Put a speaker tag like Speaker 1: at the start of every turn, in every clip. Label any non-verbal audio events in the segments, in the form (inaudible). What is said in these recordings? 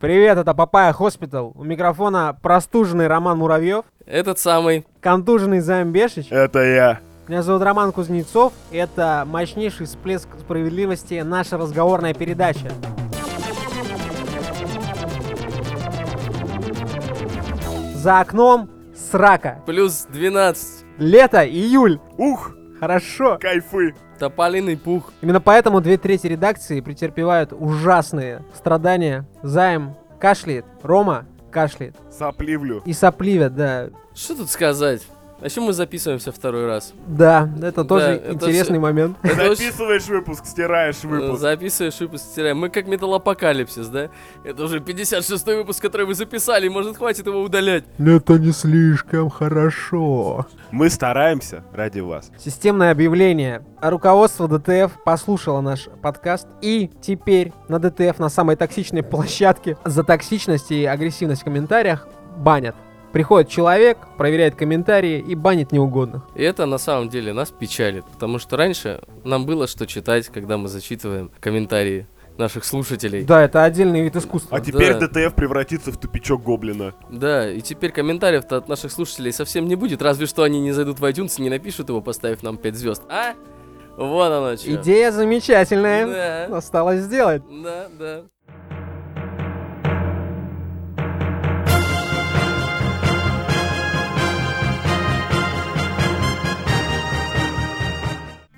Speaker 1: Привет, это Папая Хоспитал. У микрофона простуженный Роман Муравьев,
Speaker 2: Этот самый.
Speaker 1: контуженный Займ Бешич.
Speaker 3: Это я.
Speaker 1: Меня зовут Роман Кузнецов. и Это мощнейший всплеск справедливости, наша разговорная передача. За окном срака.
Speaker 2: Плюс 12.
Speaker 1: Лето, июль.
Speaker 3: Ух,
Speaker 1: Хорошо.
Speaker 3: кайфы.
Speaker 2: Тополиный пух.
Speaker 1: Именно поэтому две трети редакции претерпевают ужасные страдания. Займ кашляет, Рома кашляет.
Speaker 3: Сопливлю.
Speaker 1: И сопливят, да.
Speaker 2: Что тут сказать? А чем мы записываемся второй раз?
Speaker 1: Да, это тоже
Speaker 2: это
Speaker 1: интересный
Speaker 2: всё-
Speaker 1: момент.
Speaker 2: Это уж-
Speaker 3: Записываешь выпуск, стираешь
Speaker 2: Э,
Speaker 3: выпуск.
Speaker 2: Записываешь выпуск, теряем. Мы как Металлопокалипсис, да? Это уже 56-й выпуск, который вы записали, может хватит его удалять.
Speaker 1: Это не слишком хорошо.
Speaker 3: Мы стараемся ради вас.
Speaker 1: Системное объявление. Руководство ДТФ послушало наш подкаст и теперь на ДТФ, на самой токсичной площадке, за токсичность и агрессивность в комментариях банят. Приходит человек, проверяет комментарии и банит неугодных.
Speaker 2: И это на самом деле нас печалит, потому что раньше нам было что читать, когда мы зачитываем комментарии наших слушателей.
Speaker 1: Да, это отдельный вид искусства.
Speaker 3: А теперь
Speaker 2: да.
Speaker 3: ДТФ превратится в тупичок гоблина.
Speaker 2: Да, и теперь комментариев-то от наших слушателей совсем не будет, разве что они не зайдут в iTunes и не напишут его, поставив нам 5 звезд. А? Вот оно что.
Speaker 1: Идея замечательная.
Speaker 2: Да,
Speaker 1: Осталось сделать.
Speaker 2: да, да.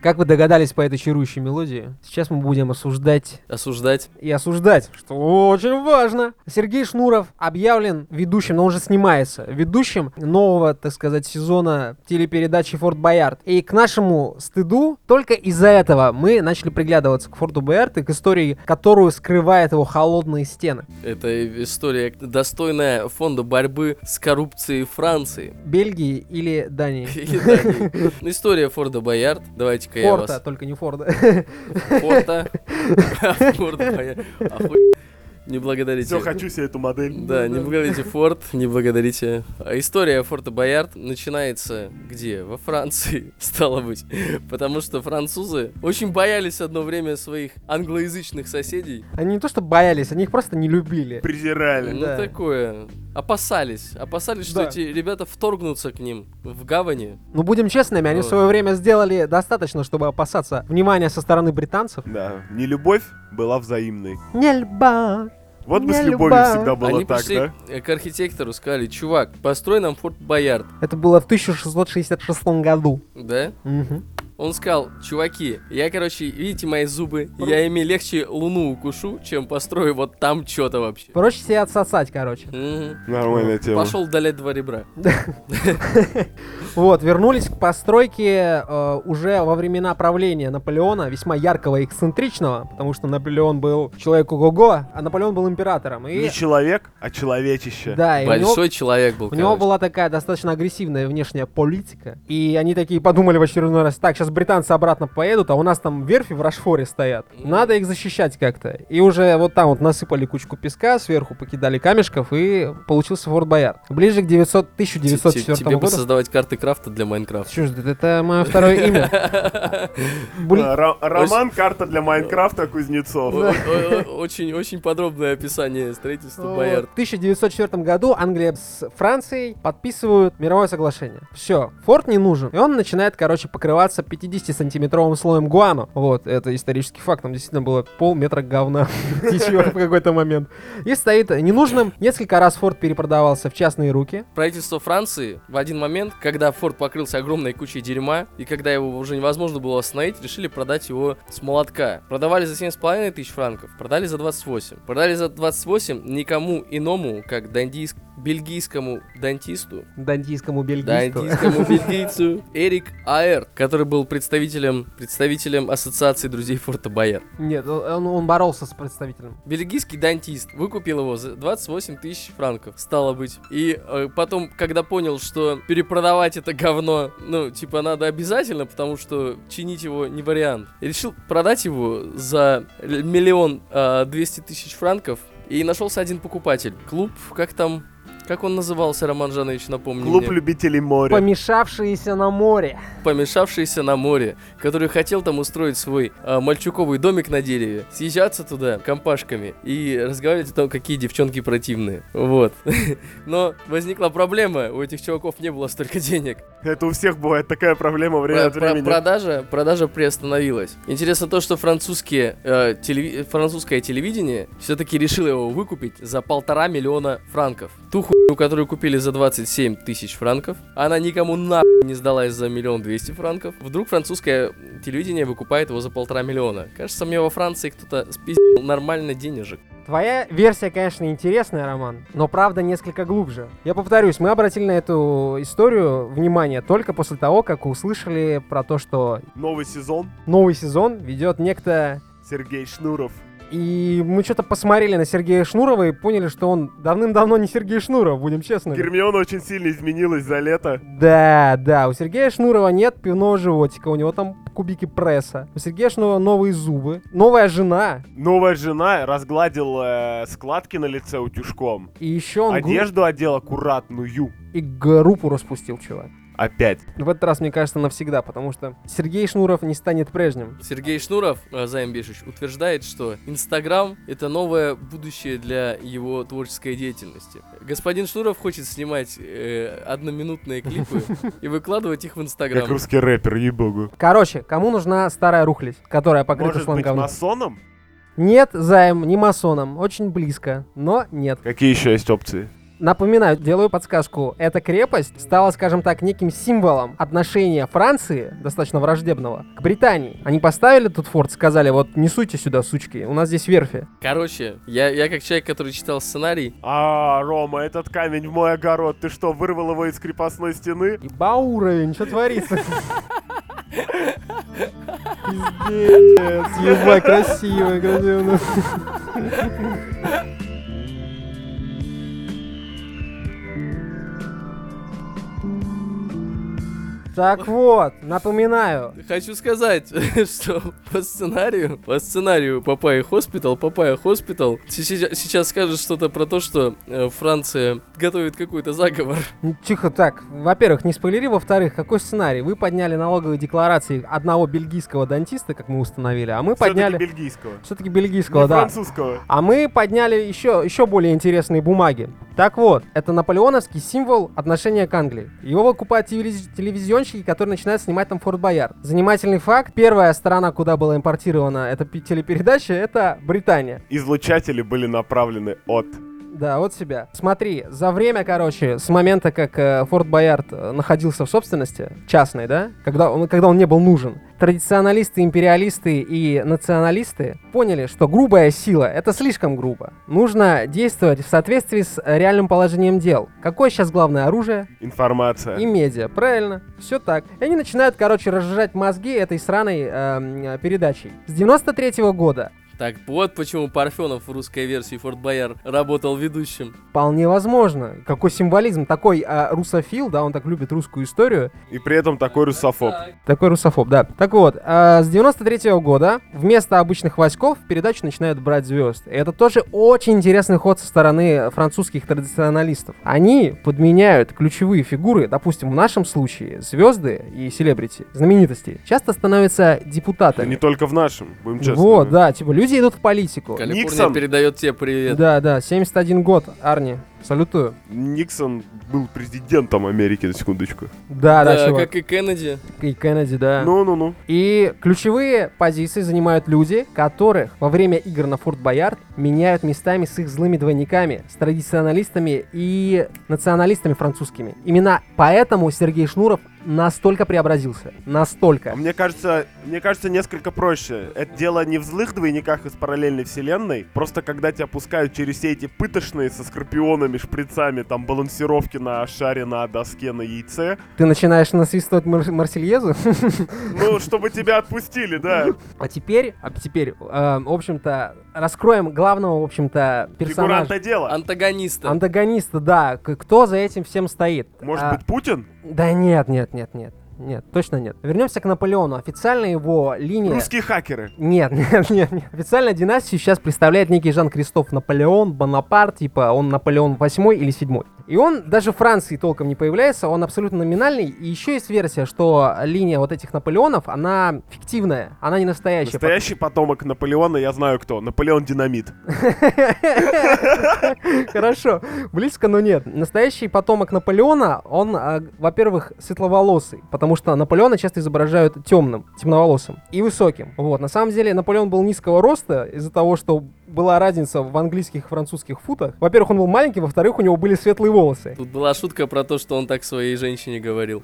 Speaker 1: Как вы догадались по этой чарующей мелодии, сейчас мы будем осуждать
Speaker 2: Осуждать.
Speaker 1: и осуждать, что очень важно. Сергей Шнуров объявлен ведущим, но он же снимается, ведущим нового, так сказать, сезона телепередачи «Форт Боярд». И к нашему стыду только из-за этого мы начали приглядываться к «Форту Боярд» и к истории, которую скрывает его холодные стены.
Speaker 2: Это история, достойная фонда борьбы с коррупцией Франции.
Speaker 1: Бельгии или (laughs) Дании?
Speaker 2: И Дании. Ну, История Форда Боярд. Давайте-ка я
Speaker 1: Форта, (laughs)
Speaker 2: вас...
Speaker 1: только не Форда.
Speaker 2: Форта. (laughs) Форда Боярд. Охуй. Не благодарите.
Speaker 3: Все, хочу себе эту модель.
Speaker 2: Да, не благодарите Форд, не благодарите. А История Форта Боярд начинается где? Во Франции, (laughs) стало быть. Потому что французы очень боялись одно время своих англоязычных соседей.
Speaker 1: Они не то что боялись, они их просто не любили.
Speaker 3: Презирали.
Speaker 2: Ну,
Speaker 1: Да.
Speaker 2: такое. Опасались. Опасались, что
Speaker 1: Да.
Speaker 2: эти ребята вторгнутся к ним в гавани.
Speaker 1: Ну, будем честными, они в
Speaker 2: Вот.
Speaker 1: свое время сделали достаточно, чтобы опасаться внимания со стороны британцев.
Speaker 3: Да, не любовь была взаимной.
Speaker 1: Не льба.
Speaker 3: Вот бы
Speaker 1: Не
Speaker 3: с любовью
Speaker 1: любовь.
Speaker 3: всегда было
Speaker 2: Они
Speaker 3: так,
Speaker 2: пришли
Speaker 3: да?
Speaker 2: э, к архитектору, сказали, чувак, построй нам Форт Боярд.
Speaker 1: Это было в 1666 году.
Speaker 2: Да?
Speaker 1: Мгм.
Speaker 2: Он сказал, чуваки, я, короче, видите мои зубы, я ими легче луну укушу, чем построю вот там что-то вообще.
Speaker 1: Проще себе отсосать, короче.
Speaker 2: Мгм.
Speaker 3: Нормальная тема.
Speaker 2: Пошел удалять два ребра.
Speaker 1: Вот, вернулись к постройке э, уже во времена правления Наполеона, весьма яркого и эксцентричного, потому что Наполеон был человек ого-го, а Наполеон был императором. И,
Speaker 3: Не человек, а человечище.
Speaker 1: да, и у него-
Speaker 2: Большой человек был.
Speaker 1: У него
Speaker 2: короче.
Speaker 1: была такая достаточно агрессивная внешняя политика, и они такие подумали в очередной раз, так, сейчас британцы обратно поедут, а у нас там верфи в Рашфоре стоят, надо их защищать как-то. И уже вот там вот насыпали кучку песка, сверху покидали камешков, и получился Форт Боярд. Ближе к 900,
Speaker 2: Те- те- Тебе
Speaker 1: 1904
Speaker 2: бы
Speaker 1: году...
Speaker 2: создавать карты крафта для Майнкрафта.
Speaker 1: Чё ж, это мое второе имя.
Speaker 2: (laughs)
Speaker 1: Блин,
Speaker 3: Да, Ро- Роман, карта для Майнкрафта Кузнецов.
Speaker 2: Очень-очень подробное описание строительства Боярд.
Speaker 1: В 1904 году Англия с Францией подписывают мировое соглашение. Все, форт не нужен. И он начинает, короче, покрываться 50-сантиметровым слоем гуану. Вот, это исторический факт. Там действительно было полметра говна (laughs) птичьего в какой-то момент. И стоит ненужным. Несколько раз форт перепродавался в частные руки.
Speaker 2: Правительство Франции в один момент, когда форт покрылся огромной кучей дерьма, и когда его уже невозможно было остановить, решили продать его с молотка. Продавали за 7,5 тысяч франков, продали за 28. Продали за 28 никому иному, как дандийск- бельгийскому дантисту,
Speaker 1: Дантийскому бельгийству.
Speaker 2: дантийскому бельгийцу Эрик Аэр, который был представителем, представителем ассоциации друзей форта Боярд.
Speaker 1: Нет, он, он боролся с представителем.
Speaker 2: Бельгийский дантист выкупил его за 28 тысяч франков, стало быть. И э, потом, когда понял, что перепродавать это говно, ну, типа, надо обязательно, потому что чинить его не вариант, решил продать его за э, л- миллион двести тысяч франков. И нашелся один покупатель. Клуб, как там... Как он назывался, Роман Жанович, напомни
Speaker 3: Клуб
Speaker 2: мне?
Speaker 3: любителей моря.
Speaker 1: Помешавшиеся на море.
Speaker 2: помешавшийся на море, который хотел там устроить свой э, мальчуковый домик на дереве, съезжаться туда компашками и разговаривать о том, какие девчонки противные. Вот. (laughs) Но возникла проблема, у этих чуваков не было столько (laughs) денег.
Speaker 3: Это у всех бывает такая проблема время
Speaker 2: Про-
Speaker 3: от
Speaker 2: про-
Speaker 3: времени.
Speaker 2: продажа, продажа приостановилась. Интересно то, что французские, э, телеви- французское телевидение все-таки решило его выкупить за полтора миллиона франков. Ту хуйню, которую купили за 27 тысяч франков, она никому на не сдалась за миллион двести франков. Вдруг французское телевидение выкупает его за полтора миллиона. Кажется, мне во Франции кто-то спиздил нормально денежек.
Speaker 1: Твоя версия, конечно, интересная, Роман, но правда несколько глубже. Я повторюсь, мы обратили на эту историю внимание только после того, как услышали про то, что
Speaker 3: Новый сезон.
Speaker 1: новый сезон ведет некто...
Speaker 3: Сергей Шнуров.
Speaker 1: И мы что-то посмотрели на Сергея Шнурова и поняли, что он давным-давно не Сергей Шнуров, будем честны.
Speaker 3: Гермиона очень сильно изменилась за лето.
Speaker 1: Да, да, у Сергея Шнурова нет пивного животика, у него там кубики пресса. У Сергея Шнурова новые зубы, новая жена,
Speaker 3: Новая жена разгладила э, складки на лице утюжком.
Speaker 1: и еще он гру-
Speaker 3: Одежду одел аккуратную.
Speaker 1: и группу распустил, чувак.
Speaker 3: Опять.
Speaker 1: В этот раз, мне кажется, навсегда, потому что Сергей Шнуров не станет прежним.
Speaker 2: Сергей Шнуров, э, Займ Бешич, утверждает, что Инстаграм — это новое будущее для его творческой деятельности. Господин Шнуров хочет снимать э, одноминутные клипы и выкладывать их в
Speaker 3: Как
Speaker 2: Инстаграм.
Speaker 3: русский рэпер, ей-богу.
Speaker 1: Короче, кому нужна старая рухлядь, которая покрыта
Speaker 3: Может
Speaker 1: слоем
Speaker 3: быть,
Speaker 1: говна?
Speaker 3: масоном?
Speaker 1: Нет, займ, не масоном, очень близко, но нет.
Speaker 3: Какие еще есть опции?
Speaker 1: Напоминаю, делаю подсказку. Эта крепость стала, скажем так, неким символом отношения Франции, достаточно враждебного, к Британии. Они поставили тут форт, сказали, вот не суйте сюда, сучки, у нас здесь верфи.
Speaker 2: Короче, я, я как человек, который читал сценарий,
Speaker 3: А, Рома, этот камень в мой огород. Ты что, вырвал его из крепостной стены?
Speaker 1: И уровень, что творится? Пиздец, ебать, красиво, красиво. Так вот, напоминаю,
Speaker 2: хочу сказать, (laughs) что по сценарию, по сценарию Папая Хоспитал, Папая Хоспитал, сейчас скажет что-то про то, что э, Франция готовит какой-то заговор.
Speaker 1: Ну, Тихо, так, во-первых, не спойлери, во-вторых, какой сценарий? Вы подняли налоговые декларации одного бельгийского дантиста, как мы установили, а мы подняли...
Speaker 3: Все-таки бельгийского.
Speaker 1: Все-таки
Speaker 3: Не
Speaker 1: бельгийского, да.
Speaker 3: французского.
Speaker 1: А мы подняли еще, еще более интересные бумаги. Так вот, это наполеоновский символ отношения к Англии. Его выкупают телевиз- телевизионщики, которые начинают снимать там Форт Боярд. Занимательный факт. Первая страна, куда была импортирована эта пи- телепередача, это Британия.
Speaker 3: Излучатели были направлены от...
Speaker 1: Да, от себя. Смотри, за время, короче, с момента, как э, Форт Боярд э, находился в собственности, частной, да, когда он, когда он не был нужен, традиционалисты, империалисты и националисты поняли, что грубая сила — это слишком грубо. Нужно действовать в соответствии с э, реальным положением дел. Какое сейчас главное оружие?
Speaker 3: Информация.
Speaker 1: И медиа, правильно? Все так. И они начинают, короче, разжижать мозги этой сраной эм, э, передачей. С 93 года
Speaker 2: Так вот почему Парфенов в русской версии Форт Бояр работал ведущим.
Speaker 1: Вполне возможно. Какой символизм. Такой а, русофил, да, он так любит русскую историю.
Speaker 3: И при этом такой русофоб.
Speaker 1: Такой русофоб, да. Так вот, а, с 93 года вместо обычных войсков в передачу начинают брать звезд. И это тоже очень интересный ход со стороны французских традиционалистов. Они подменяют ключевые фигуры, допустим, в нашем случае звезды и селебрити, знаменитости, часто становятся
Speaker 3: Да
Speaker 1: депутатами.
Speaker 3: не только в нашем, будем честны.
Speaker 1: вот, да, типа люди идут в политику.
Speaker 2: Калифорния
Speaker 3: Никсон.
Speaker 2: передает тебе привет.
Speaker 1: Да, да, 71 год, Арни, салютую.
Speaker 3: Никсон был президентом Америки, на секундочку.
Speaker 1: Да, да,
Speaker 2: Да,
Speaker 1: чувак.
Speaker 2: как и Кеннеди.
Speaker 1: И Кеннеди,
Speaker 3: Ну,
Speaker 1: да.
Speaker 3: Ну-ну-ну.
Speaker 1: И ключевые позиции занимают люди, которых во время игр на Форт Боярд меняют местами с их злыми двойниками, с традиционалистами и националистами французскими. Именно поэтому Сергей Шнуров настолько преобразился.
Speaker 3: А
Speaker 1: Настолько.
Speaker 3: мне кажется, мне кажется, несколько проще. Это дело не в злых двойниках из параллельной вселенной, просто когда тебя пускают через все эти пытошные со скорпионами, шприцами, там балансировки на шаре, на доске, на яйце.
Speaker 1: Ты начинаешь насвистывать Мар- Марсельезу? (laughs)
Speaker 3: Ну, чтобы тебя отпустили, да.
Speaker 1: А теперь, а теперь, э, в общем-то, раскроем главного, в общем-то, персонажа.
Speaker 3: Фигуранта
Speaker 1: А,
Speaker 3: дела.
Speaker 2: Антагониста.
Speaker 1: Антагониста, да. К- Кто за этим всем стоит?
Speaker 3: Может
Speaker 1: А,
Speaker 3: быть, Путин?
Speaker 1: Да нет, нет, нет, нет. Нет, точно нет. Вернемся к Наполеону. Официально его линия...
Speaker 3: Русские хакеры.
Speaker 1: Нет, (laughs) нет, нет, нет. Официальная династия сейчас представляет некий Жан-Кристоф Наполеон, Бонапарт, типа он Наполеон 8 или 7. И он даже в Франции толком не появляется, он абсолютно номинальный. И еще есть версия, что линия вот этих Наполеонов, она фиктивная, она не настоящая.
Speaker 3: Настоящий потомок Наполеона, я знаю кто. Наполеон Динамит.
Speaker 1: Хорошо, близко, но нет. Настоящий потомок Наполеона, он, а, во-первых, светловолосый, потому что Наполеона часто изображают темным, темноволосым и высоким. Вот, на самом деле Наполеон был низкого роста из-за того, что была разница в английских и французских футах. Во-первых, он был маленький, во-вторых, у него были светлые волосы.
Speaker 2: Тут была шутка про то, что он так своей женщине говорил.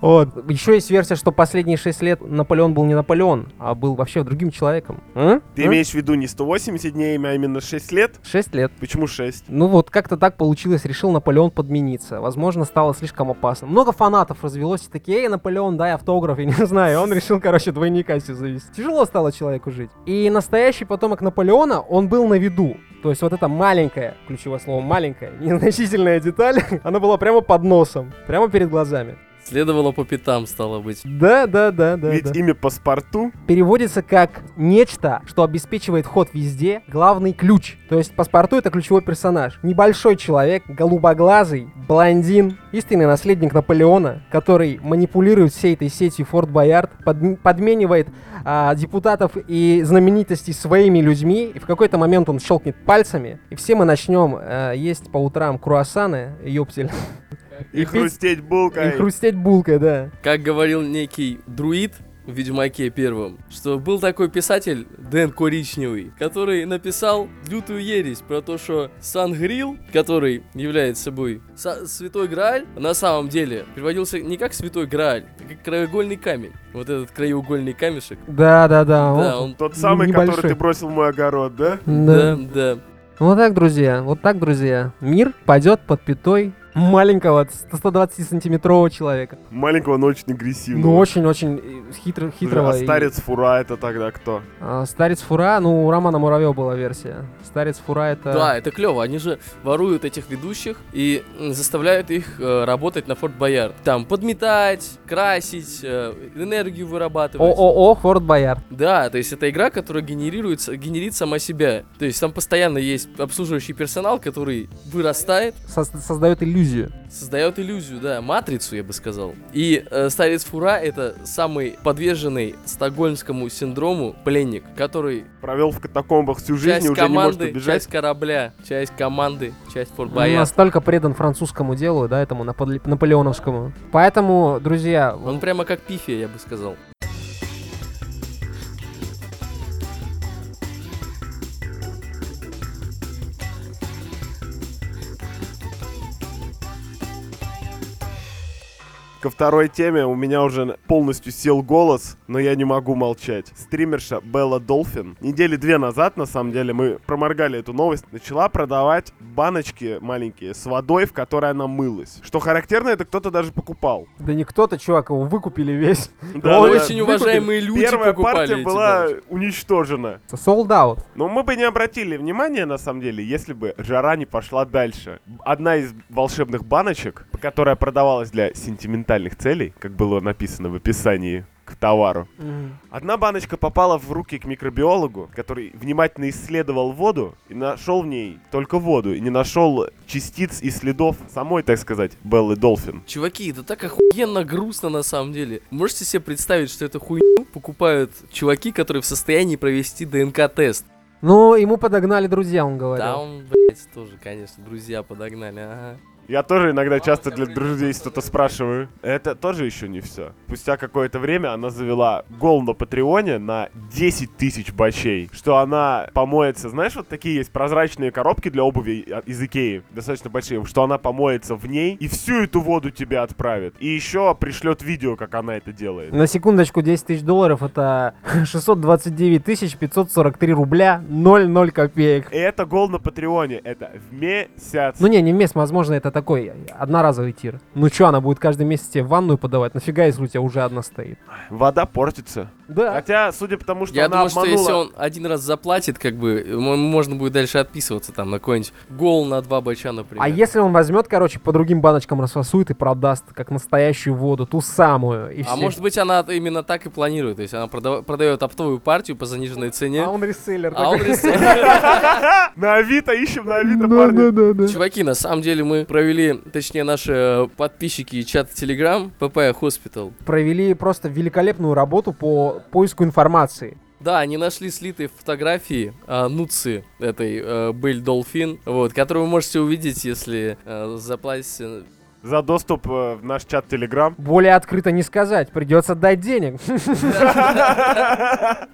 Speaker 1: Вот. Еще есть версия, что последние шесть лет Наполеон был не Наполеон, а был вообще другим человеком. М?
Speaker 3: Ты
Speaker 1: М?
Speaker 3: имеешь в виду не 180 дней, а именно 6 лет?
Speaker 1: Шесть лет.
Speaker 3: Почему 6?
Speaker 1: Ну вот как-то так получилось, решил Наполеон подмениться. Возможно, стало слишком опасно. Много фанатов развелось, и такие, эй, Наполеон, дай автограф, я не (laughs) знаю. И Он решил, короче, двойника себе завести. Тяжело стало человеку жить. И настоящий потомок Наполеона, он был на виду. То есть вот эта маленькая, ключевое слово маленькая, (laughs) незначительная деталь, (laughs) она была прямо под носом, прямо перед глазами.
Speaker 2: Следовало по пятам, стало быть.
Speaker 1: Да, да, да, да.
Speaker 3: Ведь
Speaker 1: да.
Speaker 3: имя паспорту
Speaker 1: переводится как нечто, что обеспечивает ход везде, главный ключ. То есть паспорту это ключевой персонаж. Небольшой человек, голубоглазый, блондин, истинный наследник Наполеона, который манипулирует всей этой сетью Форт Боярд, подм- подменивает а, депутатов и знаменитостей своими людьми, и в какой-то момент он щелкнет пальцами, и все мы начнем а, есть по утрам круассаны, ёптель, (laughs)
Speaker 3: и
Speaker 1: пить-
Speaker 3: хрустеть
Speaker 1: и
Speaker 3: булкой.
Speaker 1: хрустеть булкой, да.
Speaker 2: Как говорил некий друид в Ведьмаке первым, что был такой писатель Дэн Коричневый, который написал лютую ересь про то, что Сангрил, который является собой са- Святой Грааль, на самом деле переводился не как Святой Грааль, а как краеугольный камень. Вот этот краеугольный камешек.
Speaker 1: Да-да-да.
Speaker 2: Да, он...
Speaker 3: Тот самый, который
Speaker 1: Небольшой.
Speaker 3: ты бросил в мой огород, да?
Speaker 2: Да, да.
Speaker 1: Вот так, друзья, вот так, друзья. Мир пойдет под пятой маленького 120-сантиметрового человека.
Speaker 3: Маленького, но очень агрессивного.
Speaker 1: Ну, очень-очень э, хитро,
Speaker 3: Слушай,
Speaker 1: хитрого.
Speaker 3: А
Speaker 1: и-
Speaker 3: старец фура это тогда кто?
Speaker 1: А, старец Фура, ну, у Романа Муравьева была версия. Старец Фура это...
Speaker 2: Да, это клево. Они же воруют этих ведущих и м, заставляют их э, работать на Форт Боярд. Там подметать, красить, э, энергию вырабатывать.
Speaker 1: ООО Форт Боярд.
Speaker 2: Да, то есть это игра, которая генерируется, генерит сама себя. То есть там постоянно есть обслуживающий персонал, который вырастает,
Speaker 1: Сос- создает иллюзию.
Speaker 2: создает иллюзию, да, матрицу, я бы сказал. И э, старец Фура это самый подверженный стокгольмскому синдрому пленник, который
Speaker 3: Провел в катакомбах всю жизнь и
Speaker 2: часть
Speaker 3: уже не может
Speaker 2: команды,
Speaker 3: убежать.
Speaker 2: часть корабля, часть команды, часть Форт
Speaker 1: Он
Speaker 2: Боярд.
Speaker 1: настолько предан французскому делу, да, этому наполе- наполеоновскому. Поэтому, друзья,
Speaker 2: Он прямо как пифия, я бы сказал.
Speaker 3: Ко второй теме у меня уже полностью сел голос, но я не могу молчать. Стримерша Белла Долфин недели две назад, на самом деле, мы проморгали эту новость, начала продавать баночки маленькие с водой, в которой она мылась. Что характерно, это кто-то даже покупал.
Speaker 1: да не кто-то, чувак, его выкупили весь. (laughs)
Speaker 3: Да, да.
Speaker 2: Очень уважаемые люди
Speaker 3: Первая
Speaker 2: покупали
Speaker 3: партия
Speaker 2: эти
Speaker 3: была
Speaker 2: баночки.
Speaker 3: уничтожена.
Speaker 1: Sold out.
Speaker 3: Но мы бы не обратили внимания, на самом деле, если бы жара не пошла дальше. Одна из волшебных баночек, которая продавалась для сентиментальных целей, как было написано в описании к товару. Одна баночка попала в руки к микробиологу, который внимательно исследовал воду и нашел в ней только воду, и не нашел частиц и следов самой, так сказать, Беллы Долфин.
Speaker 2: Чуваки, это так охуенно грустно на самом деле. Можете себе представить, что эту хуйню покупают чуваки, которые в состоянии провести ДНК-тест?
Speaker 1: Ну, ему подогнали друзья, он говорил.
Speaker 2: Там, блядь, тоже, конечно, друзья подогнали, ага.
Speaker 3: Я тоже иногда часто для друзей что-то спрашиваю. Это тоже еще не все. Спустя какое-то время она завела гол на Патреоне на 10 тысяч бачей. Что она помоется... Знаешь, вот такие есть прозрачные коробки для обуви от- из Икеи. Достаточно большие. Что она помоется в ней и всю эту воду тебе отправит. И еще пришлет видео, как она это делает.
Speaker 1: На секундочку, 10 тысяч долларов это (laughs) 629 тысяч 543 рубля 00 копеек.
Speaker 3: И это гол на Патреоне. Это в месяц.
Speaker 1: Ну не, не месяц, возможно, это такой одноразовый тир. Ну чё, она будет каждый месяц тебе ванную подавать? Нафига, если у тебя уже одна стоит?
Speaker 3: Вода портится.
Speaker 1: Да.
Speaker 3: Хотя, судя по тому, что
Speaker 2: Я
Speaker 3: она
Speaker 2: думаю, что
Speaker 3: обманула...
Speaker 2: если он один раз заплатит, как бы, ему можно будет дальше отписываться там на какой-нибудь гол на два бача, например.
Speaker 1: А если он возьмет, короче, по другим баночкам расфасует и продаст, как настоящую воду, ту самую. И
Speaker 2: А
Speaker 1: все.
Speaker 2: может быть, она именно так и планирует. То есть она продава- продает оптовую партию по заниженной цене.
Speaker 1: А он реселлер.
Speaker 2: А он
Speaker 1: такой.
Speaker 2: рис-
Speaker 3: На Авито ищем, на Авито,
Speaker 1: Да, (laughs)
Speaker 3: парни.
Speaker 1: да, да, да.
Speaker 2: Чуваки, на самом деле мы провели, точнее, наши э, подписчики и чат Telegram, PP Hospital.
Speaker 1: Провели просто великолепную работу по поиску информации.
Speaker 2: Да, они нашли слитые фотографии э, Нуцы, этой э, Бель Долфин, вот, которую вы можете увидеть, если э, заплатите.
Speaker 3: За доступ э, в наш чат Телеграм.
Speaker 1: Более открыто не сказать, придется дать денег.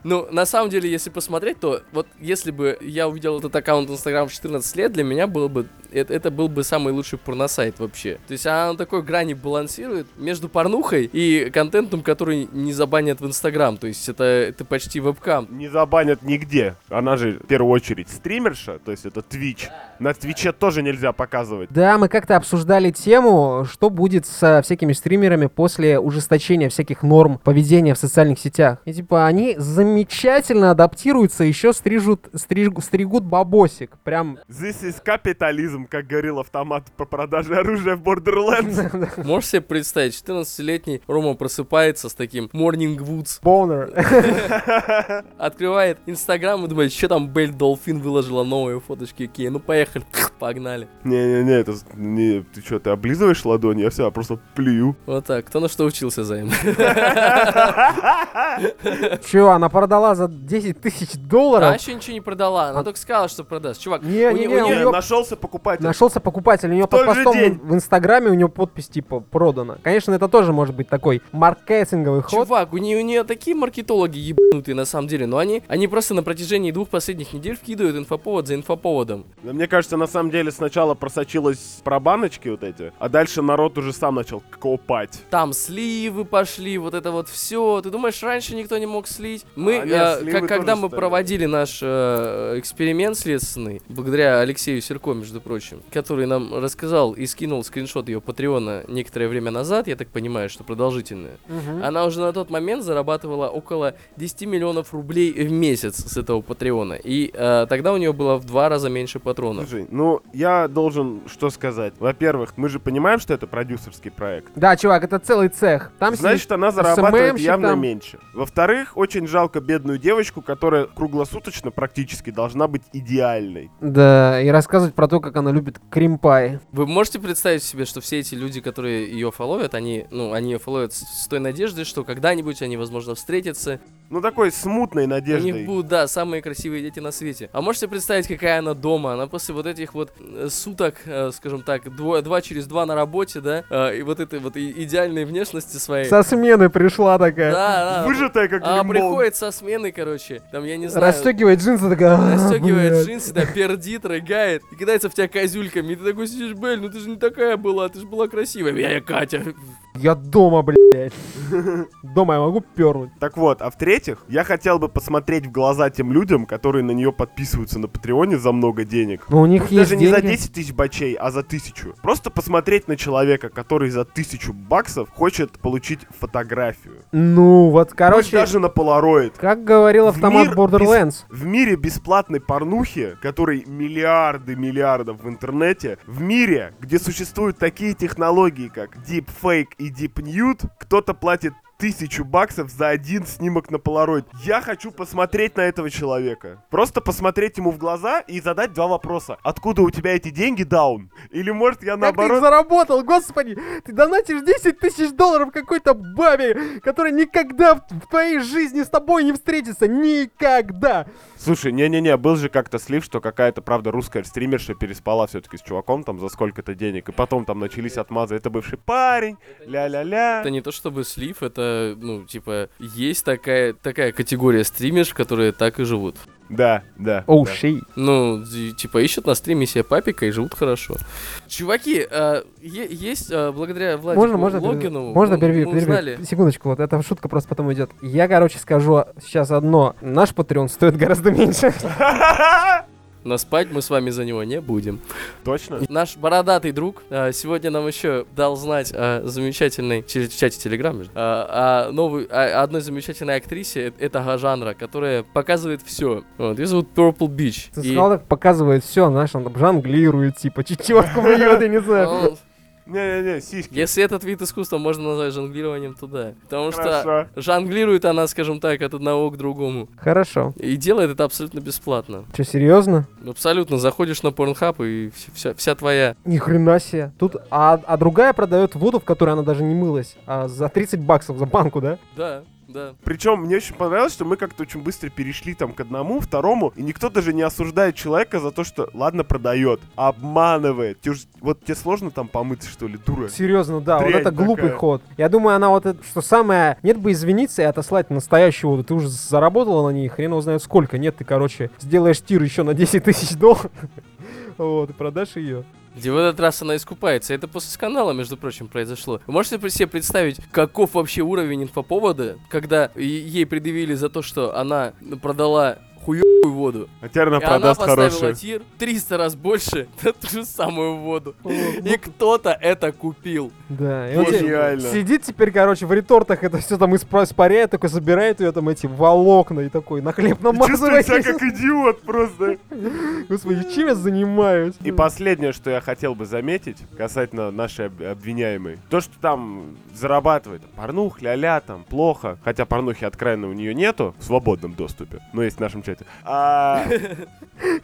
Speaker 2: Ну, на самом деле, если посмотреть, то вот если бы я увидел этот аккаунт в Инстаграм в 14 лет, для меня было бы это, это был бы самый лучший порносайт вообще. То есть она на такой грани балансирует между порнухой и контентом, который не забанят в Инстаграм. То есть это, это почти вебкам.
Speaker 3: Не забанят нигде. Она же, в первую очередь, стримерша, то есть это Twitch. На Твиче тоже нельзя показывать.
Speaker 1: Да, мы как-то обсуждали тему, что будет со всякими стримерами после ужесточения всяких норм поведения в социальных сетях. И типа они замечательно адаптируются, еще стрижут, стрижгу- стригут бабосик. Прям
Speaker 3: This is капитализм, как говорил автомат по продаже оружия в
Speaker 2: (laughs)
Speaker 3: Borderlands.
Speaker 2: Можешь себе представить, 14-летний Рома просыпается с таким Morning Woods,
Speaker 1: (laughs) бонер.
Speaker 2: открывает Инстаграм и думает, что там Бель Долфин выложила новые фоточки, окей, ну поехали, погнали.
Speaker 3: Не-не-не, это... с- Не, ты что, ты облизываешь ладони? Я все, просто плюю.
Speaker 2: Вот так, кто на что учился, Займ?
Speaker 1: Че, она продала за 10 тысяч
Speaker 2: Она
Speaker 1: долларов?
Speaker 2: еще ничего не продала, она только сказала, что продаст. Чувак,
Speaker 1: А. Не,
Speaker 2: у
Speaker 1: не,
Speaker 2: не-
Speaker 1: не,
Speaker 2: у
Speaker 1: у
Speaker 2: нее-
Speaker 1: неё-
Speaker 3: Не, нашелся покупатель.
Speaker 1: Нашелся покупатель, у него
Speaker 3: В тот
Speaker 1: под
Speaker 3: же
Speaker 1: постом
Speaker 3: день.
Speaker 1: в Инстаграме у него подпись типа продано. Конечно, это тоже может быть такой маркетинговый ход.
Speaker 2: Чувак, у нее, у нее такие маркетологи ебанутые на самом деле, но они, они просто на протяжении двух последних недель вкидывают инфоповод за инфоповодом.
Speaker 3: Да Мне кажется, на самом деле сначала просочилось про баночки вот эти, а дальше народ уже сам начал копать.
Speaker 2: Там сливы пошли, вот это вот все. Ты думаешь, раньше никто не мог слить? Мы,
Speaker 3: А, нет,
Speaker 2: э,
Speaker 3: сливы
Speaker 2: как-
Speaker 3: тоже
Speaker 2: когда мы
Speaker 3: стали.
Speaker 2: проводили наш э, эксперимент следственный, благодаря Алексею Серко, между прочим, который нам рассказал и скинул скриншот ее Патреона некоторое время назад, я так понимаю, что продолжительное.
Speaker 1: Мгм.
Speaker 2: Она уже на тот момент зарабатывала около 10 миллионов рублей в месяц с этого Патреона. И э, тогда у нее было в два раза меньше патронов.
Speaker 3: Слушай, ну я должен что сказать. Во-первых, мы же понимаем, что это продюсерский проект.
Speaker 1: Да, чувак, это целый цех. Там сидит-
Speaker 3: Значит, она зарабатывает
Speaker 1: SMM-щик
Speaker 3: явно
Speaker 1: там.
Speaker 3: меньше. Во-вторых, очень жалко бедную девочку, которая круглосуточно практически должна быть идеальной.
Speaker 1: Да, и рассказывать про то, как она любит кримпай.
Speaker 2: Вы можете представить себе, что все эти люди, которые ее фоловят, они, ну, они ее фоловят с с той надеждой, что когда-нибудь они, возможно, встретятся.
Speaker 3: Ну такой смутной
Speaker 2: У них
Speaker 3: надеждой.
Speaker 2: будут, да, самые красивые дети на свете. А можете представить, какая она дома? Она после вот этих вот э, суток, э, скажем так, дво- два через два на работе, да, э, и вот этой вот и- идеальной внешности своей.
Speaker 1: Со смены пришла такая.
Speaker 2: Да, да.
Speaker 3: Выжатая как
Speaker 2: А
Speaker 3: лимон.
Speaker 2: приходит со смены, короче, там, я не знаю...
Speaker 1: Расстегивает джинсы такая. «А,
Speaker 2: Расстегивает
Speaker 1: блядь».
Speaker 2: джинсы, да, пердит, рыгает и кидается в тебя козюльками. И ты такой сидишь, Бель, ну ты же не такая была, ты же была красивая. Я, я Катя.
Speaker 1: Я дома, блядь. (laughs) Дома я могу пернуть.
Speaker 3: Так вот, а в-третьих, я хотел бы посмотреть в глаза тем людям, которые на нее подписываются на Патреоне за много денег.
Speaker 1: Но Ну, у них
Speaker 3: Пусть
Speaker 1: есть
Speaker 3: даже не за
Speaker 1: деньги.
Speaker 3: 10 тысяч бачей, а за тысячу. Просто посмотреть на человека, который за тысячу баксов хочет получить фотографию.
Speaker 1: Ну, вот,
Speaker 3: Короче,
Speaker 1: короче,
Speaker 3: даже на полароид.
Speaker 1: как говорил
Speaker 3: В
Speaker 1: автомат
Speaker 3: мир
Speaker 1: Borderlands.
Speaker 3: В мире бесплатной порнухи, которой миллиарды миллиардов в интернете, в мире, где существуют такие технологии, как Deepfake и Deep Nude, кто-то платит тысячу баксов за один снимок на полароид. Я хочу посмотреть на этого человека. Просто посмотреть ему в глаза и задать два вопроса. Откуда у тебя эти деньги, Даун? Или может я
Speaker 1: Как ты их
Speaker 3: наоборот...
Speaker 1: заработал, господи! Ты донатишь 10 тысяч долларов какой-то бабе, которая никогда в в твоей жизни с тобой не встретится. Никогда!
Speaker 3: Слушай, не-не-не, был же как-то слив, что какая-то, правда, русская стримерша переспала все-таки с чуваком там за сколько-то денег, и потом там начались отмазы. Это бывший парень, ля-ля-ля.
Speaker 2: Это не то чтобы слив, это, ну, типа, есть такая, такая категория стримерш, которые так и живут.
Speaker 3: Да, да.
Speaker 1: Оу,
Speaker 3: да.
Speaker 1: шей.
Speaker 2: Ну, ди- типа, ищут на стриме себе папика и живут хорошо. Чуваки, э, е- есть, э, благодаря Владику
Speaker 1: Можно, можно, перебью?
Speaker 2: Логинову,
Speaker 1: можно
Speaker 2: мы-
Speaker 1: перебью,
Speaker 2: мы
Speaker 1: перебью?
Speaker 2: узнали-
Speaker 1: Секундочку, вот эта шутка просто потом идет. Я, короче, скажу сейчас одно. Наш Patreon стоит гораздо меньше.
Speaker 2: но спать мы с вами за него не будем.
Speaker 3: Точно?
Speaker 2: Наш бородатый друг э, сегодня нам еще дал знать о замечательной, через в чате Телеграм, э, о, новой, о- о а, одной замечательной актрисе э- этого жанра, которая показывает все. Вот, ее зовут Purple Beach.
Speaker 1: Ты
Speaker 2: И-
Speaker 1: сказал, так показывает все, знаешь, он там жонглирует, типа, четвертку бьет, я не знаю.
Speaker 2: Ну,
Speaker 3: Не-не-не, сиськи.
Speaker 2: Если этот вид искусства можно назвать жонглированием, то да. Потому что
Speaker 3: Хорошо.
Speaker 2: жонглирует она, скажем так, от одного к другому.
Speaker 1: Хорошо.
Speaker 2: И делает это абсолютно бесплатно.
Speaker 1: Че, серьезно?
Speaker 2: Абсолютно. Заходишь на Pornhub и вс- вся, вся твоя.
Speaker 1: Ни хрена себе. Тут, а, а другая продает воду, в которой она даже не мылась, а за 30 баксов за банку, да?
Speaker 2: Да, да.
Speaker 3: Причем мне очень понравилось, что мы как-то очень быстро перешли там к одному, второму, и никто даже не осуждает человека за то, что ладно продает, а обманывает. Тебе ж- вот тебе сложно там помыться что ли, дура?
Speaker 1: Серьезно, да,
Speaker 3: типа. Дрянь
Speaker 1: вот это глупый
Speaker 3: такая.
Speaker 1: ход. Я думаю, она вот это, что самое, нет бы извиниться и отослать настоящую воду. Ты уже заработала на ней, хрен его знает сколько. Нет, ты, короче, сделаешь тир еще на 10 тысяч долларов. (laughs) Вот, и продашь ее.
Speaker 2: Где в этот раз она искупается. Это после скандала, между прочим, произошло. Вы можете себе представить, каков вообще уровень инфоповода, когда е- ей предъявили за то, что она продала хуёвую воду.
Speaker 3: А теперь она
Speaker 2: и она
Speaker 3: продаст
Speaker 2: поставила
Speaker 3: хорошую.
Speaker 2: тир 300 раз больше (laughs) на ту же самую воду. И кто-то это купил.
Speaker 1: Да, и он
Speaker 3: Вот
Speaker 1: тебе-
Speaker 3: реально.
Speaker 1: сидит теперь, короче, в ретортах это все там испра- испаряет, такой забирает ее там эти волокна и такой на хлеб
Speaker 3: И Чувствую
Speaker 1: намазывает.
Speaker 3: себя как идиот просто.
Speaker 1: (laughs) Господи, чем я занимаюсь?
Speaker 3: И последнее, что я хотел бы заметить, касательно нашей об- обвиняемой. То, что там зарабатывает порнух, ля-ля, там, плохо. Хотя порнухи от крайне у нее нету в свободном доступе, но есть в нашем чате. А,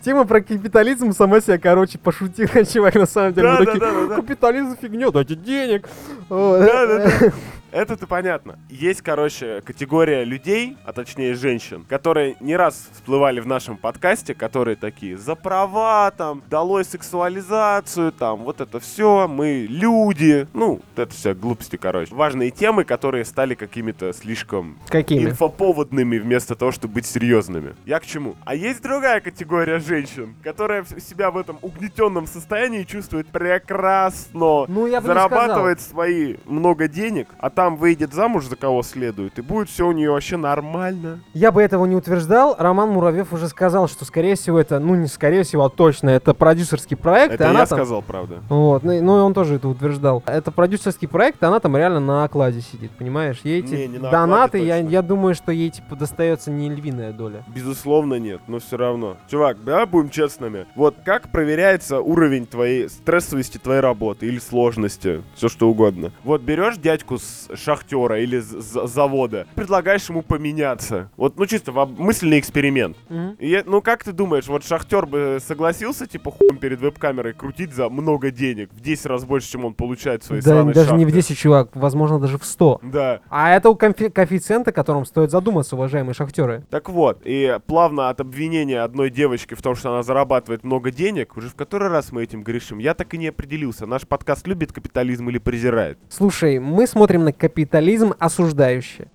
Speaker 1: Тема про капитализм сама себя, короче, пошутила, (laughs) чувак, на самом деле. Мы
Speaker 3: да, да,
Speaker 1: такие,
Speaker 3: да, да, да.
Speaker 1: Капитализм фигня, дайте денег.
Speaker 3: Да, да, да. (laughs) Это-то понятно. Есть, короче, категория людей, а точнее женщин, которые не раз всплывали в нашем подкасте, которые такие за права, там, долой сексуализацию, там, вот это все, мы люди. Ну, вот это все глупости, короче. Важные темы, которые стали какими-то слишком
Speaker 1: Какими?
Speaker 3: инфоповодными вместо того, чтобы быть серьезными. Я к чему? А есть другая категория женщин, которая в- себя в этом угнетенном состоянии чувствует прекрасно.
Speaker 1: Ну, я бы не
Speaker 3: типа, зарабатывает свои много денег, а там выйдет замуж за кого следует, и будет все у нее вообще нормально.
Speaker 1: Я бы этого не утверждал. Роман Муравьев уже сказал, что, скорее всего, это, ну, не скорее всего, а точно, это продюсерский проект. и
Speaker 3: Это
Speaker 1: она
Speaker 3: я
Speaker 1: там...
Speaker 3: сказал, правда.
Speaker 1: Вот, ну, и- ну, и он тоже это утверждал. Это продюсерский проект, и она там реально на окладе сидит, понимаешь? Ей эти
Speaker 3: Не, не на
Speaker 1: донаты,
Speaker 3: окладе
Speaker 1: я,
Speaker 3: точно.
Speaker 1: я думаю, что ей, типа, достается не львиная доля.
Speaker 3: Безусловно, нет, но все равно. Чувак, да, будем честными. Вот как проверяется уровень твоей стрессовости твоей работы или сложности, все что угодно. Вот берешь дядьку с шахтера или с с завода, предлагаешь ему поменяться. Вот, ну чисто во- мысленный эксперимент. И я- ну как ты думаешь, вот шахтер бы согласился, типа, хуем перед веб-камерой крутить за много денег, в 10 раз больше, чем он получает в своей
Speaker 1: Да,
Speaker 3: сраной
Speaker 1: даже не в
Speaker 3: шахте?
Speaker 1: 10, чувак, возможно, даже в 100.
Speaker 3: Да.
Speaker 1: А это у конфи- коэффициент, о котором стоит задуматься, уважаемые шахтеры.
Speaker 3: Так вот, и плавно от обвинения одной девочки в том, что она зарабатывает много денег, уже в который раз мы этим грешим, я так и не определился, наш подкаст любит капитализм или презирает.
Speaker 1: Слушай, мы смотрим на капитализм осуждающе.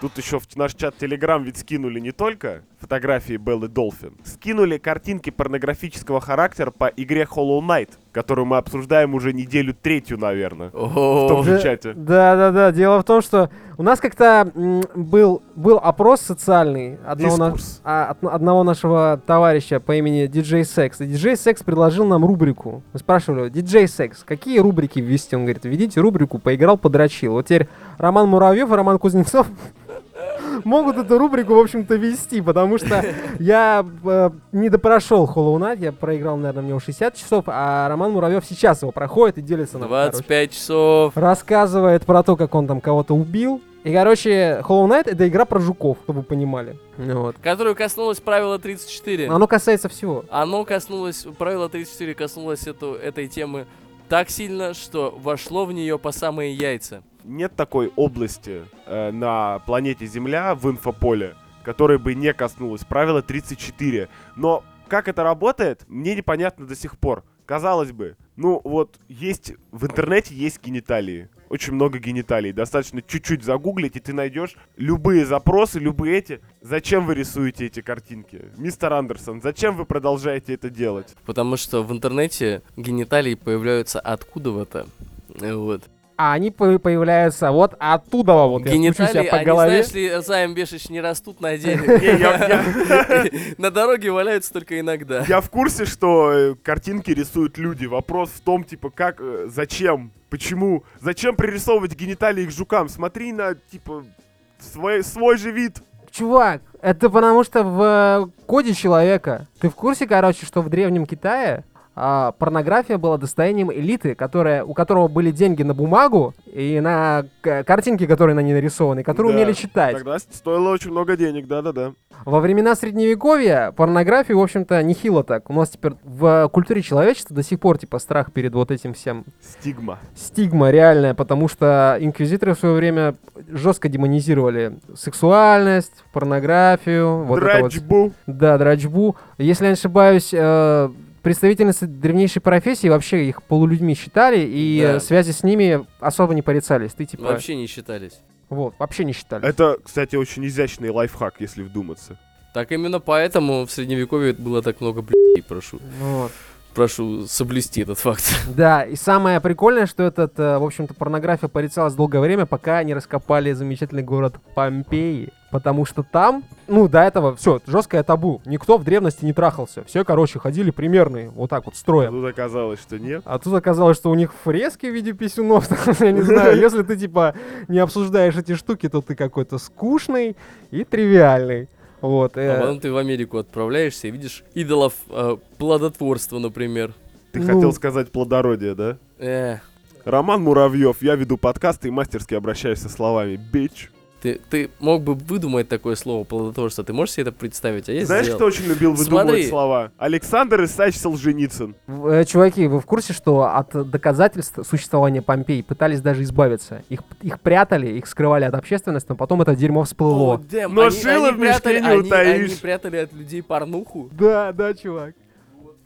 Speaker 3: Тут еще в наш чат Телеграм ведь скинули не только фотографии Беллы Долфин, скинули картинки порнографического характера по игре Hollow Knight, которую мы обсуждаем уже неделю третью, наверное. В том
Speaker 2: О,
Speaker 3: же
Speaker 1: Да,
Speaker 3: чате.
Speaker 1: Да, да, да. Дело в том, что у нас как-то м, был, был опрос социальный одного, на-
Speaker 3: Дискурс.
Speaker 1: а, от- одного нашего товарища по имени Диджей Секс. И Диджей Секс предложил нам рубрику. Мы спрашивали, его, Диджей Секс, какие рубрики ввести? Он говорит, введите рубрику «Поиграл, подрочил». Вот теперь Роман Муравьев и Роман Кузнецов (laughs) могут эту рубрику, в общем-то, вести, потому что я э, не допрошел Hollow Knight, я проиграл, наверное, в него 60 часов, а Роман Муравьев сейчас его проходит и делится нам. короче
Speaker 2: 25 часов.
Speaker 1: рассказывает про то, как он там кого-то убил. И, короче, Hollow Knight — это игра про жуков, чтобы вы понимали. Вот.
Speaker 2: Которую коснулось правила 34.
Speaker 1: Оно касается всего.
Speaker 2: Оно коснулось, правило 34 коснулось эту, этой темы так сильно, что вошло в нее по самые яйца.
Speaker 3: Нет такой области э, на планете Земля в инфополе, которой бы не коснулось правила 34. Но как это работает, мне непонятно до сих пор. Казалось бы, ну вот есть в интернете есть гениталии. очень много гениталий. Достаточно чуть-чуть загуглить, и ты найдешь любые запросы, любые эти. Зачем вы рисуете эти картинки? Мистер Андерсон, зачем вы продолжаете это делать?
Speaker 2: Потому что в интернете гениталии появляются откуда-то. Э, Вот.
Speaker 1: А они по- появляются вот оттуда, вот я стучу
Speaker 2: Гениталии,
Speaker 1: себя по
Speaker 2: они,
Speaker 1: голове.
Speaker 2: знаешь ли, займ бешеч не растут
Speaker 1: (laughs)
Speaker 2: на
Speaker 3: Не, я- я-
Speaker 2: деле. (laughs) На дороге валяются только иногда.
Speaker 3: Я в курсе, что э, картинки рисуют люди. Вопрос в том, типа, как, э, зачем, почему, зачем пририсовывать гениталии к жукам? Смотри на, типа, свой, свой же вид.
Speaker 1: Чувак, это потому что в э, коде человека. Ты в курсе, короче, что в Древнем Китае а, порнография была достоянием элиты, которая, у которого были деньги на бумагу и на к- картинки, которые на ней нарисованы, и которые
Speaker 3: Да,
Speaker 1: умели читать.
Speaker 3: Тогда с- стоило очень много денег, да-да-да.
Speaker 1: Во времена Средневековья порнографию, в общем-то, нехило так. У нас теперь в э, культуре человечества до сих пор, типа, страх перед вот этим всем.
Speaker 3: Стигма.
Speaker 1: Стигма реальная, потому что инквизиторы в свое время жестко демонизировали сексуальность, порнографию. Вот это вот
Speaker 3: Драчбу.
Speaker 1: Да, драчбу. Если я не ошибаюсь, э, представительницы древнейшей профессии вообще их полулюдьми считали, и
Speaker 2: Да.
Speaker 1: э, связи с ними особо не порицались. Ты типа...
Speaker 2: Вообще Э, не считались.
Speaker 1: Вот, вообще не считали.
Speaker 3: Это, кстати, очень изящный лайфхак, если вдуматься.
Speaker 2: Так именно поэтому в средневековье было так много блядей, прошу.
Speaker 1: Вот.
Speaker 2: Прошу соблюсти этот факт.
Speaker 1: Да, и самое прикольное, что этот, э, в общем-то, порнография порицалась долгое время, пока не раскопали замечательный город Помпеи. Потому что там, ну, до этого все, жесткое табу. Никто в древности не трахался. Все, короче, ходили примерные, вот так вот, строем.
Speaker 3: Тут оказалось, что нет.
Speaker 1: А тут оказалось, что у них фрески в виде писюнов, (laughs) там, я не знаю, если ты, типа, не обсуждаешь эти штуки, то ты какой-то скучный и тривиальный. Вот. э,
Speaker 2: А потом ты в Америку отправляешься и видишь идолов э, плодотворства, например.
Speaker 3: Ты
Speaker 1: Ну.
Speaker 3: хотел сказать плодородие, да?
Speaker 2: Э,
Speaker 3: Роман Муравьев, я веду подкаст и мастерски обращаюсь со словами «бич».
Speaker 2: ты, ты мог бы выдумать такое слово плодотворство. Ты можешь себе это представить? А я
Speaker 3: Знаешь,
Speaker 2: сделал.
Speaker 3: кто очень любил выдумывать
Speaker 2: Смотри.
Speaker 3: слова? Александр Исаач Солженицын.
Speaker 1: в- э, чуваки, вы в курсе, что от доказательств существования Помпей пытались даже избавиться? Их, их прятали, их скрывали от общественности, но потом это дерьмо всплыло.
Speaker 2: О, дэм,
Speaker 3: Но
Speaker 2: они-
Speaker 3: шило
Speaker 2: они
Speaker 3: в мешке
Speaker 2: прятали-
Speaker 3: не
Speaker 2: они-
Speaker 3: утаишь.
Speaker 2: Они прятали от людей порнуху.
Speaker 1: Да, да, чувак.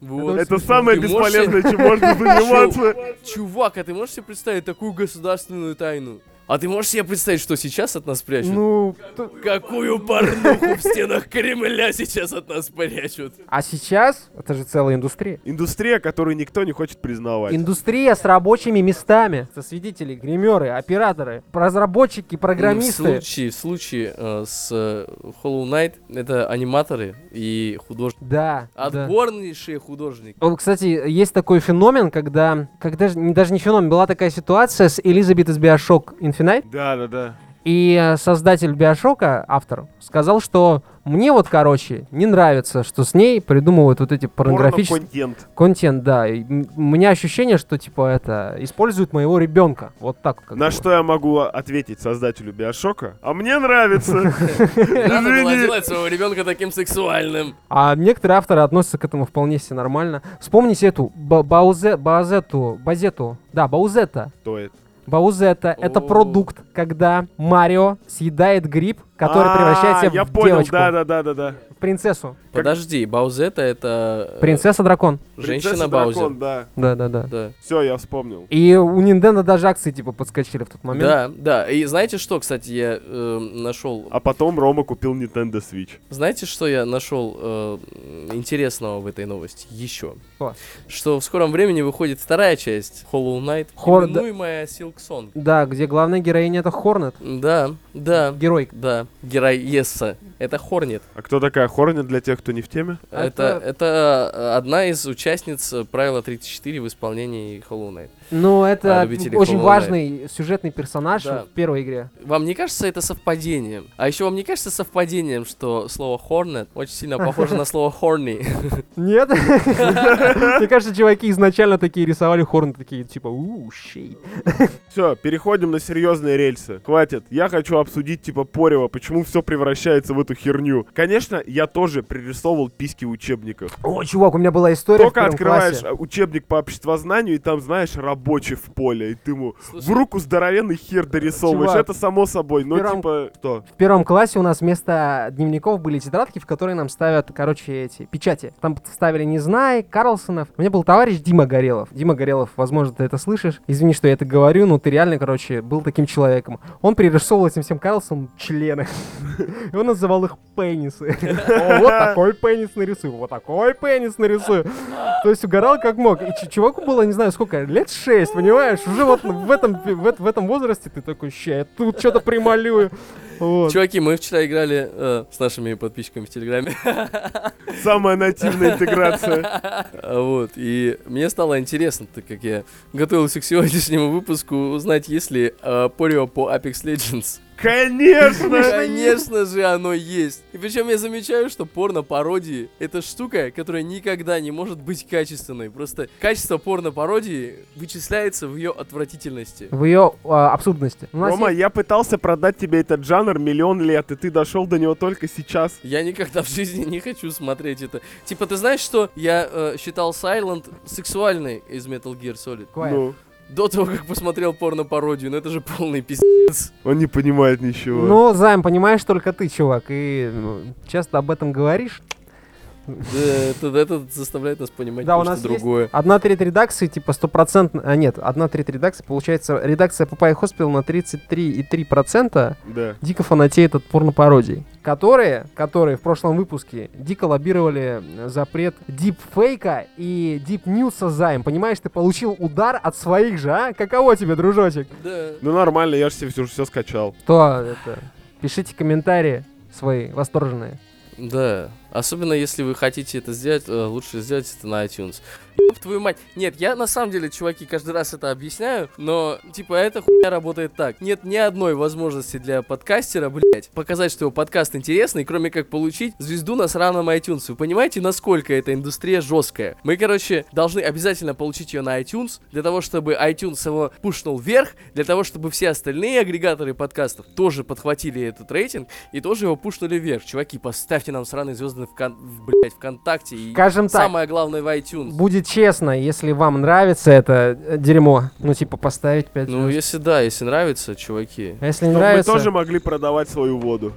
Speaker 2: Вот.
Speaker 1: очень
Speaker 3: Это
Speaker 1: смешно.
Speaker 3: самое
Speaker 2: Ты можешь
Speaker 1: (laughs)
Speaker 3: бесполезное, чем можно заниматься.
Speaker 2: Чувак, а ты можешь себе представить такую государственную тайну? А ты можешь себе представить, что сейчас от нас прячут?
Speaker 1: Ну, т-
Speaker 2: Какую порнуху в стенах Кремля сейчас от нас прячут?
Speaker 1: а сейчас это же целая индустрия.
Speaker 3: Индустрия, которую никто не хочет признавать.
Speaker 1: Индустрия с рабочими местами. Со свидетели, гримеры, операторы, разработчики, программисты.
Speaker 2: Ну, В случае, в случае э, с э, Hollow Knight это аниматоры и художники.
Speaker 1: Да. да.
Speaker 2: Отборнейшие
Speaker 1: (laughs)
Speaker 2: художники.
Speaker 1: Вот, Кстати, есть такой феномен, когда, когда же- не- даже не феномен, была такая ситуация с Элизабет из Биошок Infinite,
Speaker 3: Да, да, да.
Speaker 1: и э, создатель Биошока, автор, сказал, что мне вот, короче, не нравится, что с ней придумывают вот эти порнографические...
Speaker 3: Порно-контент.
Speaker 1: Контент, да. И м- у меня ощущение, что, типа, это, используют моего ребенка. Вот так. как
Speaker 3: На
Speaker 1: бы.
Speaker 3: что я могу ответить создателю Биошока? А мне нравится.
Speaker 1: (laughs)
Speaker 2: Надо было
Speaker 3: Извини.
Speaker 2: делать своего ребенка таким сексуальным.
Speaker 1: А некоторые авторы относятся к этому вполне себе нормально. Вспомните эту Ба- Баузе, Баузету, Базету, да, Баузета.
Speaker 3: Кто это?
Speaker 1: Баузета — это
Speaker 2: О.
Speaker 1: продукт, когда Марио съедает гриб, который
Speaker 3: А,
Speaker 1: превращается
Speaker 3: я
Speaker 1: в
Speaker 3: понял,
Speaker 1: девочку,
Speaker 3: да, да, да, да, да.
Speaker 1: в принцессу.
Speaker 2: Подожди, Баузета это... э,
Speaker 1: Принцесса-дракон.
Speaker 2: Женщина
Speaker 3: Баузер.
Speaker 2: Баузер.
Speaker 3: Да.
Speaker 1: Да-да-да.
Speaker 2: Да.
Speaker 3: Все, я вспомнил.
Speaker 1: И у Nintendo даже акции, типа, подскочили в тот момент.
Speaker 2: да, да. И знаете что, кстати, я э, нашел
Speaker 3: А потом Рома купил Nintendo Switch.
Speaker 2: Знаете, что я нашел э, интересного в этой новости еще?
Speaker 1: Что?
Speaker 2: Что в скором времени выходит вторая часть Hollow Knight,
Speaker 1: Хор-
Speaker 2: именуемая Silk Song.
Speaker 1: Да, где главная героиня — это Хорнет.
Speaker 2: Да, да,
Speaker 1: Герой.
Speaker 2: да, героесса. Это Хорнет.
Speaker 3: А кто такая Хорнет для тех, кто не в теме?
Speaker 2: Это...
Speaker 1: Это-
Speaker 2: Это, э, одна из участниц э, правила 34 в исполнении Hollow Knight.
Speaker 1: Ну,
Speaker 2: А,
Speaker 1: это
Speaker 2: любители
Speaker 1: очень
Speaker 2: Hollow Knight.
Speaker 1: важный сюжетный персонаж
Speaker 2: Да.
Speaker 1: в первой игре.
Speaker 2: Вам не кажется это совпадением? А еще вам не кажется совпадением, что слово Hornet очень сильно похоже на слово horny?
Speaker 1: Нет? (laughs) Мне кажется, чуваки изначально такие рисовали Хорнет, такие, типа, ууу, щей.
Speaker 3: Все, переходим на серьезные рельсы. Хватит. Я хочу обсудить типа порево, почему все превращается в эту херню. Конечно, я тоже пририсовывал письки в учебниках.
Speaker 1: О, чувак, у меня была история в
Speaker 3: Только
Speaker 1: первом
Speaker 3: открываешь
Speaker 1: классе.
Speaker 3: э, учебник по обществознанию, и там, знаешь, рабочих в поле, и ты ему в
Speaker 2: Слушай,
Speaker 3: руку здоровенный хер дорисовываешь.
Speaker 1: Чувак,
Speaker 3: Это само собой, но
Speaker 1: первом- (laughs)
Speaker 3: типа... Что?
Speaker 1: В первом классе у нас вместо дневников были тетрадки, в которые нам ставят, короче, эти печати. Там ставили Незнай, Карлсонов. У меня был товарищ Дима Горелов. Дима Горелов, возможно, ты это слышишь. Извини, что я это говорю, но ты реально, короче, был таким человеком. Он перерисовывал этим всем Карлсоном члены. (laughs) И он называл их пенисы. О, Вот такой пенис нарисую, вот такой пенис нарисую. То есть угорал как мог. И ч- чуваку было, не знаю, сколько, лет шесть, понимаешь? Уже вот в этом, в, эт- в этом возрасте ты такой, ща, я тут что-то прималюю. Вот.
Speaker 2: Чуваки, мы вчера играли э, с нашими подписчиками в Телеграме. (laughs)
Speaker 3: Самая нативная интеграция.
Speaker 1: (laughs)
Speaker 2: Вот, и мне стало интересно, так как я готовился к сегодняшнему выпуску, узнать, есть ли э, Порио по Apex Legends.
Speaker 3: Конечно!
Speaker 2: Конечно же, оно есть. И причем я замечаю, что порно-пародии — это штука, которая никогда не может быть качественной. Просто качество порно-пародии вычисляется в ее отвратительности.
Speaker 1: В ее абсурдности. У нас
Speaker 3: Рома,
Speaker 1: есть-
Speaker 3: я пытался продать тебе этот жанр миллион лет, и ты дошел до него только сейчас.
Speaker 2: Я никогда в жизни не хочу смотреть это. Типа, ты знаешь, что я э, считал Silent сексуальной из Metal Gear Solid?
Speaker 1: Квай,
Speaker 3: Ну,
Speaker 2: До того, как посмотрел порно-пародию, ну это же полный пиздец.
Speaker 3: он не понимает ничего.
Speaker 1: Ну, Займ, понимаешь только ты, чувак, и ну, часто об этом говоришь.
Speaker 2: Да, это, это заставляет нас понимать
Speaker 1: Да, у
Speaker 2: нечто
Speaker 1: нас есть-
Speaker 2: другое.
Speaker 1: Одна треть редакции, типа, стопроцентно... А, нет, одна треть редакции, получается, редакция Папай Хоспитал на 33,3%
Speaker 3: Да.
Speaker 1: дико фанатеет от порнопародий. Которые, которые в прошлом выпуске дико лоббировали э, запрет дипфейка и дипньюса Займ. Понимаешь, ты получил удар от своих же, а? Каково тебе, дружочек?
Speaker 2: Да.
Speaker 3: Ну нормально, я же себе все, скачал.
Speaker 1: То это... Пишите комментарии свои восторженные.
Speaker 2: Да. Особенно если вы хотите это сделать, э, лучше сделать это на iTunes. Ёб твою мать. Нет, я на самом деле, чуваки, каждый раз это объясняю, но типа эта хуйня работает так. Нет ни одной возможности для подкастера, блять, показать, что его подкаст интересный, кроме как получить звезду на сраном iTunes. Вы понимаете, насколько эта индустрия жесткая? Мы, короче, должны обязательно получить ее на iTunes, для того, чтобы iTunes его пушнул вверх, для того, чтобы все остальные агрегаторы подкастов тоже подхватили этот рейтинг и тоже его пушнули вверх. Чуваки, поставьте нам сраные звезды в, кон... в блядь, ВКонтакте и
Speaker 1: Скажем так.
Speaker 2: самое главное в iTunes.
Speaker 1: Будет честно, если вам нравится это э, дерьмо, ну типа поставить 5
Speaker 2: Ну, если Ну, да, если нравится, чуваки.
Speaker 1: А если не
Speaker 3: Чтобы мы
Speaker 1: нравится,
Speaker 3: тоже могли продавать свою воду.